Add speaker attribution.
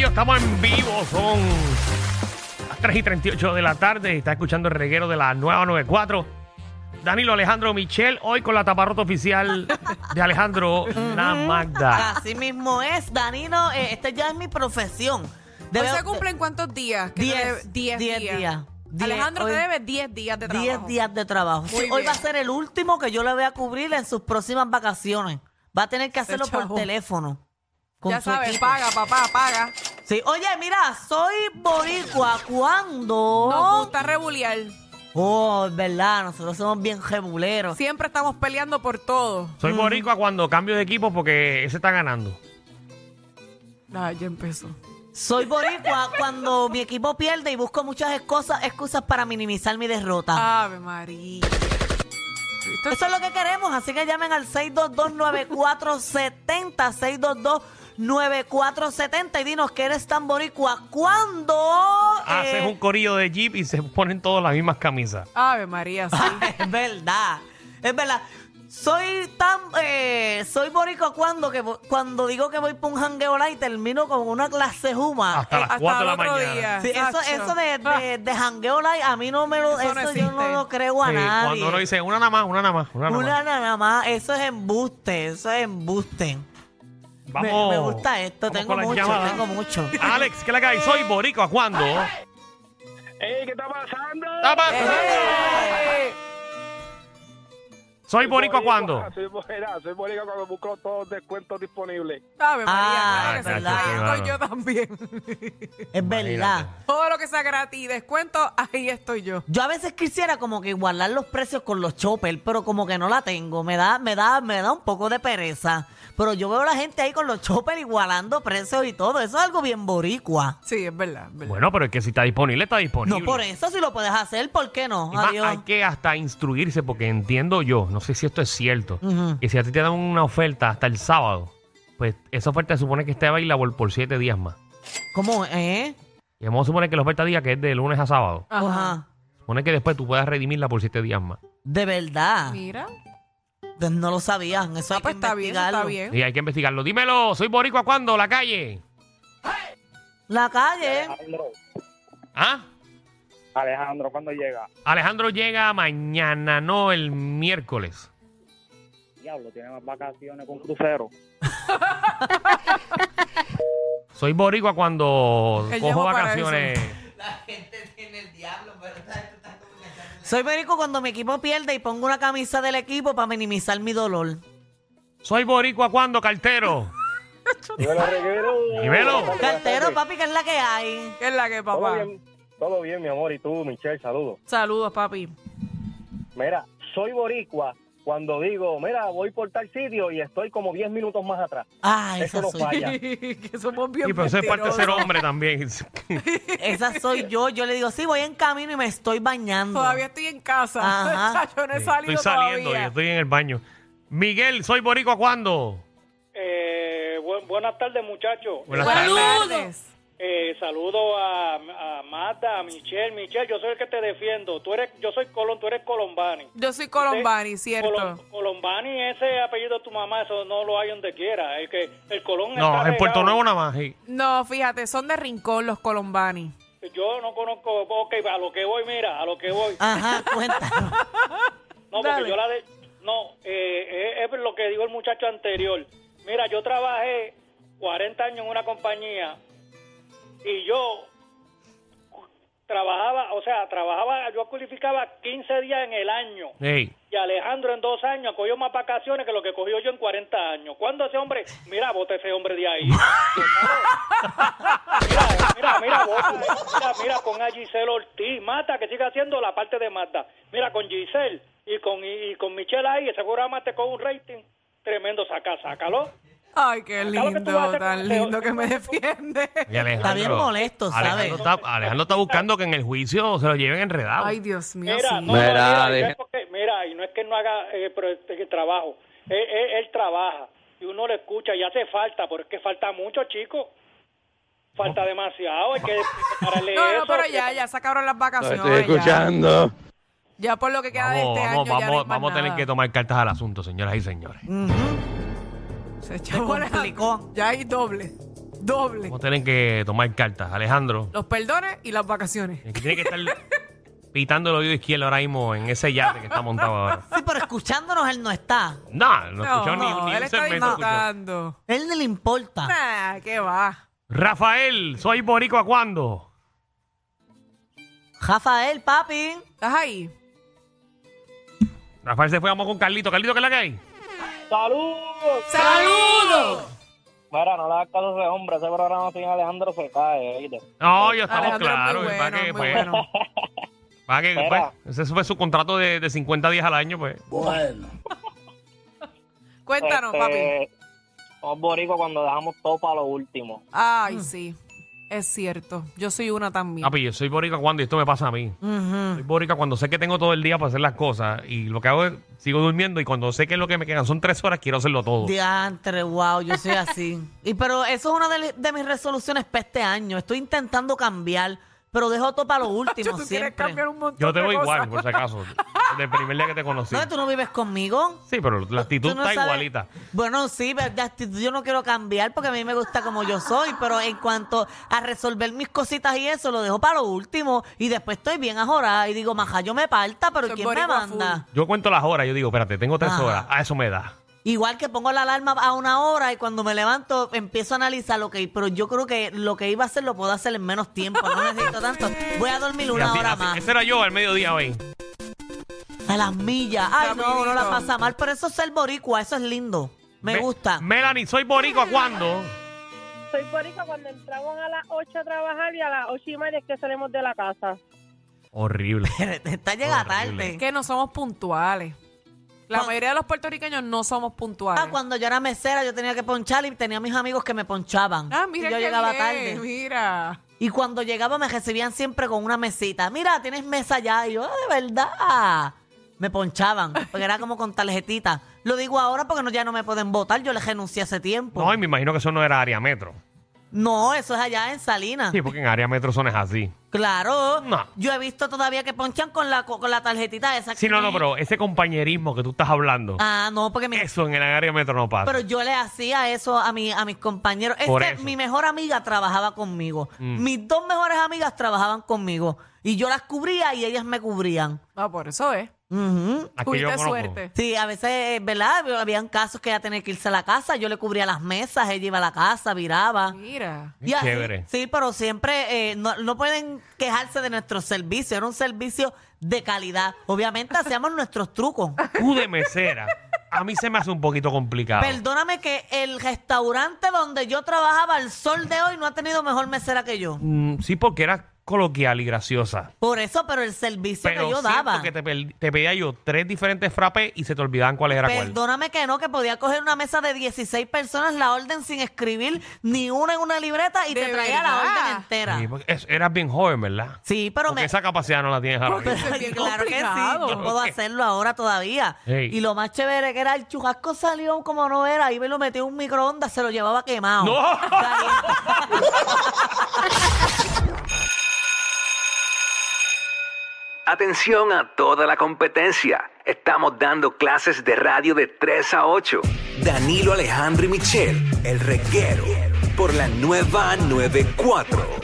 Speaker 1: estamos en vivo, son las 3 y 38 de la tarde. Está escuchando el reguero de la nueva 94. Danilo Alejandro Michel, hoy con la taparrota oficial de Alejandro La Magda.
Speaker 2: Así mismo es, Danilo, eh, esta ya es mi profesión.
Speaker 3: Hoy
Speaker 2: Debe-
Speaker 3: se cumplen cuántos días? Que
Speaker 2: Diez.
Speaker 3: te debe- diez
Speaker 2: Diez
Speaker 3: días.
Speaker 2: días. Diez.
Speaker 3: Alejandro,
Speaker 2: Hoy-
Speaker 3: te debes 10 días de trabajo.
Speaker 2: 10 días de trabajo.
Speaker 3: Muy
Speaker 2: Sí, hoy
Speaker 3: bien.
Speaker 2: va a ser el último que yo le voy a cubrir en sus próximas vacaciones. Va a tener que hacerlo por
Speaker 3: chavo.
Speaker 2: teléfono. con
Speaker 3: Ya
Speaker 2: su
Speaker 3: sabes,
Speaker 2: equipo.
Speaker 3: paga, papá, paga.
Speaker 2: Sí, oye, mira, soy boricua. ¿Cuándo?
Speaker 3: Nos gusta rebuliar.
Speaker 2: Oh, es verdad, nosotros somos bien rebuleros.
Speaker 3: Siempre estamos peleando por todo.
Speaker 1: Soy boricua cuando cambio de equipo porque ese está ganando.
Speaker 3: Ay, Ah, ya empezó.
Speaker 2: Soy boricua cuando mi equipo pierde y busco muchas excusas, excusas para minimizar mi derrota.
Speaker 3: Ave María. ¿Viste?
Speaker 2: Eso es lo que queremos, así que llamen al 622-9470, 622-9470 y dinos que eres tan boricua cuando... Eh.
Speaker 1: Haces un corillo de jeep y se ponen todas las mismas camisas.
Speaker 3: Ave María, sí.
Speaker 2: es verdad, es verdad. Soy tan... eh, soy boricua cuando, que, vo- cuando digo que voy para un jangueo light y termino con una clase juma.
Speaker 1: Hasta las
Speaker 3: hasta
Speaker 1: 4 de
Speaker 3: el
Speaker 1: la
Speaker 3: otro
Speaker 1: mañana.
Speaker 3: día.
Speaker 2: Sí, eso,
Speaker 3: Exacto.
Speaker 2: eso de, de, de jangueo light, a mí no me lo... Eso,
Speaker 3: Ah. Eso no
Speaker 2: yo no
Speaker 3: existe.
Speaker 2: lo creo a
Speaker 1: Sí,
Speaker 2: nadie.
Speaker 1: cuando uno dice una nada más, una nada más, una nada
Speaker 2: Una
Speaker 1: más.
Speaker 2: nada más, eso es embuste, eso es embuste. Me-
Speaker 1: Vamos.
Speaker 2: Me, gusta esto,
Speaker 1: vamos
Speaker 2: tengo
Speaker 1: con las
Speaker 2: mucho,
Speaker 1: llamadas.
Speaker 2: tengo mucho.
Speaker 1: Alex, ¿qué la que hay? Soy boricua cuando.
Speaker 4: ¡Ey, qué está pasando!
Speaker 1: ¡Está pasando!
Speaker 3: ¡Eh!
Speaker 1: Soy boricua cuando.
Speaker 4: Soy boricua, soy boricua cuando busco todos los descuentos disponibles.
Speaker 3: Ave María,
Speaker 2: Ah,
Speaker 3: claro que sí,
Speaker 2: verdad.
Speaker 3: ahí
Speaker 1: Claro.
Speaker 3: estoy yo también.
Speaker 2: Es verdad.
Speaker 3: Todo lo que sea gratis, descuento, ahí estoy yo.
Speaker 2: Yo a veces quisiera como que igualar los precios con los choppers, pero como que no la tengo. Me da, me da, me da un poco de pereza. Pero yo veo a la gente ahí con los choppers igualando precios y todo. Eso es algo bien boricua.
Speaker 3: Sí, es verdad. es verdad.
Speaker 1: Bueno, pero es que si está disponible, está disponible.
Speaker 2: No, por eso si lo puedes hacer, ¿por qué no?
Speaker 1: Y más,
Speaker 2: Adiós.
Speaker 1: hay que hasta instruirse, porque entiendo yo, no sé si esto es cierto,
Speaker 2: Ujú.
Speaker 1: que si a ti te dan una oferta hasta el sábado, pues esa oferta se supone que esté available por siete días más.
Speaker 2: ¿Cómo? ¿Eh?
Speaker 1: Y vamos a suponer que la oferta diga que es de lunes a sábado.
Speaker 3: Ajá.
Speaker 2: Ajá.
Speaker 1: Supone que después tú puedas redimirla por siete días más.
Speaker 2: De verdad.
Speaker 3: Mira.
Speaker 2: No lo sabían. Eso
Speaker 3: Ah,
Speaker 2: hay
Speaker 3: pues
Speaker 2: que
Speaker 3: está bien, eso está
Speaker 2: investigarlo.
Speaker 3: bien.
Speaker 1: Y hay que investigarlo. Dímelo, soy boricua cuando, la calle.
Speaker 2: La calle.
Speaker 4: Alejandro,
Speaker 1: ¿Ah?
Speaker 4: Alejandro, ¿cuándo llega?
Speaker 1: Alejandro llega mañana, no el miércoles.
Speaker 4: Diablo, tiene más vacaciones con crucero.
Speaker 1: Soy boricua cuando
Speaker 3: Él
Speaker 1: cojo
Speaker 3: llegó para
Speaker 1: vacaciones.
Speaker 2: Soy perico cuando mi equipo pierde y pongo una camisa del equipo para minimizar mi dolor.
Speaker 1: Soy boricua cuando, cartero.
Speaker 4: Dímelo, reguero.
Speaker 1: Dímelo.
Speaker 4: Buenas tardes, buenas
Speaker 2: Cartero,
Speaker 4: tardes.
Speaker 2: papi, que es la que hay.
Speaker 3: ¿Qué es la que,
Speaker 4: Todo
Speaker 3: papá?
Speaker 4: bien, todo bien, mi amor. Y tú, Michelle, saludos.
Speaker 3: Saludos, papi.
Speaker 4: Mira, soy boricua cuando digo, mira, voy por tal sitio y estoy como 10 minutos más atrás.
Speaker 2: Ay,
Speaker 4: Eso
Speaker 2: esa
Speaker 4: no
Speaker 2: soy,
Speaker 4: falla.
Speaker 3: que somos bien
Speaker 1: Y pero eso es parte de ser
Speaker 3: mentirosos.
Speaker 1: hombre también.
Speaker 2: esa soy yo. Yo le digo, sí, voy en camino y me estoy bañando.
Speaker 3: Todavía estoy en casa.
Speaker 2: Ajá.
Speaker 3: Yo no he
Speaker 1: Sí,
Speaker 3: salido
Speaker 1: estoy saliendo
Speaker 3: todavía.
Speaker 1: y estoy en el baño. Miguel, soy boricua cuando.
Speaker 5: Eh, buen- buenas tardes, muchachos.
Speaker 1: Buenas
Speaker 3: Buenas
Speaker 1: tardes.
Speaker 3: tardes.
Speaker 5: Eh, saludo a, a Marta, a Michelle. Michelle, yo soy el que te defiendo. Tú eres, yo soy Colón, tú eres Colombani.
Speaker 3: Yo soy Colombani,
Speaker 5: Colom-
Speaker 3: ¿cierto?
Speaker 5: Colombani, ese apellido de tu mamá, eso no lo hay donde quiera. El que el Colón
Speaker 1: No,
Speaker 5: está
Speaker 1: en Puerto Nuevo
Speaker 5: regado.
Speaker 1: nada más. sí.
Speaker 3: No, fíjate, son de rincón los Colombani.
Speaker 5: Yo no conozco. Ok, a lo que voy, mira, a lo que voy.
Speaker 2: Ajá, cuéntanos.
Speaker 5: No, porque
Speaker 3: Ah, Dale.
Speaker 5: yo la de... No, eh, es, es lo que dijo el muchacho anterior. Mira, yo trabajé 40 años en una compañía y yo trabajaba, o sea, trabajaba, yo cualificaba 15 días en el año.
Speaker 1: Ey,
Speaker 5: Y Alejandro en dos años cogió más vacaciones que lo que cogió yo en 40 años. ¿Cuándo ese hombre? Mira, bota ese hombre de ahí. mira, mira, mira, bota, mira, mira, con a Giselle Ortiz. Mata, que siga haciendo la parte de Mata. Mira, con Giselle y con, y, y con Michelle ahí, ese programa te con un rating tremendo. Saca, sácalo.
Speaker 3: Ay, qué
Speaker 5: Claro que tú
Speaker 3: lindo,
Speaker 5: vas a hacer
Speaker 3: tan
Speaker 5: como-
Speaker 3: lindo que me defiende.
Speaker 1: y Alejandro.
Speaker 2: Está bien molesto, ¿sabe?
Speaker 1: Alejandro está, Alejandro está buscando que en el juicio se lo lleven enredado.
Speaker 3: Ay, Dios mío,
Speaker 5: Mira,
Speaker 3: sí.
Speaker 5: no, no, mira, y no es porque- mira, y no es que no haga eh, pro- este, trabajo. Él, él- él trabaja y uno lo escucha y hace falta, pero es que falta mucho, chico. Falta demasiado, hay que pararle
Speaker 3: No,
Speaker 5: eh, eso.
Speaker 3: no, pero ya, ya se acabaron las vacaciones. ya. Ya. por lo que queda de
Speaker 1: vamos,
Speaker 3: este
Speaker 1: vamos,
Speaker 3: año. ya no hay
Speaker 1: vamos,
Speaker 3: más
Speaker 1: vamos a tener
Speaker 3: nada.
Speaker 1: que tomar cartas al asunto, señoras y señores.
Speaker 2: Ujú.
Speaker 3: Se
Speaker 2: Se
Speaker 3: echó
Speaker 2: complicó.
Speaker 3: Ya hay doble. Doble.
Speaker 1: Vamos a tener que tomar cartas, Alejandro.
Speaker 3: Los perdones y las vacaciones.
Speaker 1: El que tiene que estar pitando el oído izquierdo ahora mismo en ese yate que está montado ahora.
Speaker 2: Sí, pero escuchándonos él no está.
Speaker 1: No, no escuchó ni, ni
Speaker 3: él
Speaker 1: un segmento.
Speaker 3: está
Speaker 1: escuchó.
Speaker 3: disfrutando.
Speaker 2: Él ni le importa.
Speaker 1: Ah.
Speaker 3: Nah, qué va.
Speaker 1: Rafael, soy boricua cuándo?
Speaker 2: Rafael, papi.
Speaker 3: ¿Estás ahí?
Speaker 1: Rafael se fue, vamos con Carlito. Carlito, ¿qué es la que hay?
Speaker 4: ¡Saludos!
Speaker 3: ¡Saludos!
Speaker 4: Mira, no le hagas caso a ese hombre, ese programa sin Alejandro se cae, ¿oíste?
Speaker 1: No, yo estamos
Speaker 3: Alejandro
Speaker 1: claros.
Speaker 3: es muy bueno,
Speaker 1: ¿Para que,
Speaker 3: muy
Speaker 1: pues,
Speaker 3: bueno.
Speaker 1: para que,
Speaker 4: Espera.
Speaker 1: pues, ese fue su contrato de, de 50 días al año, pues.
Speaker 3: Cuéntanos, papi.
Speaker 4: Este, Somos boricua cuando dejamos todo para lo último.
Speaker 3: Ay, sí. Es cierto. Yo soy una también.
Speaker 1: Papi, yo soy boricua cuando y esto me pasa a mí.
Speaker 2: Ujú.
Speaker 1: Soy boricua cuando sé que tengo todo el día para hacer las cosas y lo que hago es sigo durmiendo y cuando sé que lo que me quedan son tres horas quiero hacerlo todo.
Speaker 2: Diantre, wow, yo soy así. y pero eso es una de, li- de mis resoluciones para este año. Estoy intentando cambiar, pero dejo todo para lo
Speaker 3: Yo,
Speaker 2: último
Speaker 3: tú quieres
Speaker 2: siempre.
Speaker 3: cambiar un montón
Speaker 1: Yo te
Speaker 3: de
Speaker 1: veo
Speaker 3: cosas.
Speaker 1: igual, por si acaso. Desde el primer día que te conocí.
Speaker 2: ¿No? ¿Tú no vives conmigo?
Speaker 1: Sí, pero la actitud
Speaker 2: Tú no
Speaker 1: está
Speaker 2: sabes-
Speaker 1: igualita.
Speaker 2: Bueno, sí, pero de actitud yo no quiero cambiar porque a mí me gusta como yo soy, pero en cuanto a resolver mis cositas y eso, lo dejo para lo último y después estoy bien ajorada y digo, maja, yo me parta, pero
Speaker 3: Soy
Speaker 2: ¿quién me
Speaker 3: boricua
Speaker 2: manda?
Speaker 3: full.
Speaker 1: Yo cuento las horas, yo digo, espérate, tengo tres
Speaker 2: Ajá.
Speaker 1: horas. A eso me da.
Speaker 2: Igual que pongo la alarma a una hora y cuando me levanto empiezo a analizar lo que, pero yo creo que lo que iba a hacer lo puedo hacer en menos tiempo, no necesito tanto. Voy a dormir
Speaker 1: Y
Speaker 2: una
Speaker 1: así-
Speaker 2: hora
Speaker 1: así-
Speaker 2: más.
Speaker 1: Ese era yo al mediodía hoy.
Speaker 2: A las millas. Ay, no, uno la
Speaker 3: Rapidito.
Speaker 2: pasa mal, pero eso es ser boricua, eso es lindo. Me, gusta.
Speaker 1: Melanie, soy boricua cuando.
Speaker 6: Soy boricua cuando entramos a las 8 a trabajar y a las 8 y media es que salimos de la casa.
Speaker 1: Horrible.
Speaker 2: Está llega
Speaker 1: Horrible.
Speaker 2: tarde.
Speaker 3: Es que no somos puntuales. La
Speaker 2: Cuan-
Speaker 3: mayoría de los puertorriqueños no somos puntuales.
Speaker 2: Ah, cuando yo era mesera yo tenía que ponchar y tenía mis amigos que me ponchaban.
Speaker 3: Ah, mira
Speaker 2: y yo
Speaker 3: qué
Speaker 2: llegaba
Speaker 3: bien,
Speaker 2: tarde.
Speaker 3: Mira.
Speaker 2: Y cuando llegaba me recibían siempre con una mesita. Mira, tienes mesa ya. Y yo, "Ah, de verdad. Me ponchaban, porque era como con tarjetita. Lo digo ahora porque no, ya no me pueden votar. Yo les renuncié hace tiempo.
Speaker 1: No, y me imagino que eso no era área metro.
Speaker 2: No, eso es allá en Salinas.
Speaker 1: Sí, porque en área metro son es así.
Speaker 2: Claro.
Speaker 1: No.
Speaker 2: Yo he visto todavía que ponchan con la, con la tarjetita esa.
Speaker 1: Sí, no, no, pero ese compañerismo que tú estás hablando,
Speaker 2: eh. Ah, no, porque mira,
Speaker 1: eso en el área metro no pasa.
Speaker 2: Pero yo le hacía eso a, mi, a mis compañeros. Es
Speaker 1: Por
Speaker 2: que
Speaker 1: eso. Mm.
Speaker 2: mi mejor amiga trabajaba conmigo. Mis dos mejores amigas trabajaban conmigo. Y yo las cubría y ellas me cubrían.
Speaker 3: Ah, por eso es.
Speaker 2: Ujú.
Speaker 1: Las que yo
Speaker 3: Tuviste
Speaker 1: conozco.
Speaker 3: suerte.
Speaker 2: Sí, a veces, eh, ¿verdad? Habían casos que ella tenía que irse a la casa. Yo le cubría las mesas, ella iba a la casa, viraba.
Speaker 3: Mira.
Speaker 1: Qué chévere.
Speaker 2: Sí, pero siempre eh, no, no pueden quejarse de nuestro servicio. Era un servicio de calidad. Obviamente hacíamos nuestros trucos.
Speaker 1: Tú de mesera, a mí se me hace un poquito complicado.
Speaker 2: Perdóname que el restaurante donde yo trabajaba al sol de hoy no ha tenido mejor mesera que yo.
Speaker 1: Mm, sí, porque era coloquial y graciosa.
Speaker 2: Por eso, pero el servicio
Speaker 1: Pero
Speaker 2: que yo
Speaker 1: siento
Speaker 2: daba.
Speaker 1: que te, pel- te pedía yo tres diferentes frappes y se te olvidaban cuál era cuál.
Speaker 2: Perdóname que no, que podía coger una mesa de 16 personas, la orden sin escribir ni una en una libreta y
Speaker 3: ¿De
Speaker 2: te traía
Speaker 3: verdad?
Speaker 2: la orden entera.
Speaker 1: Sí, porque es- eras bien joven, ¿verdad?
Speaker 2: Sí, pero
Speaker 1: Porque
Speaker 2: me.
Speaker 1: esa capacidad no la tienes ahora
Speaker 3: Porque
Speaker 1: mismo.
Speaker 3: Eso es bien
Speaker 2: claro que sí,
Speaker 3: complicado.
Speaker 2: yo puedo hacerlo ahora todavía.
Speaker 1: Ey.
Speaker 2: Y lo más chévere que era el churrasco salió como no era, ahí me lo metió en un microondas, se lo llevaba quemado.
Speaker 1: ¡No!
Speaker 2: Caliente.
Speaker 7: Atención a toda la competencia. Estamos dando clases de radio de 3 a 8. Danilo Alejandro y Michel, el reguero, por la nueva 94.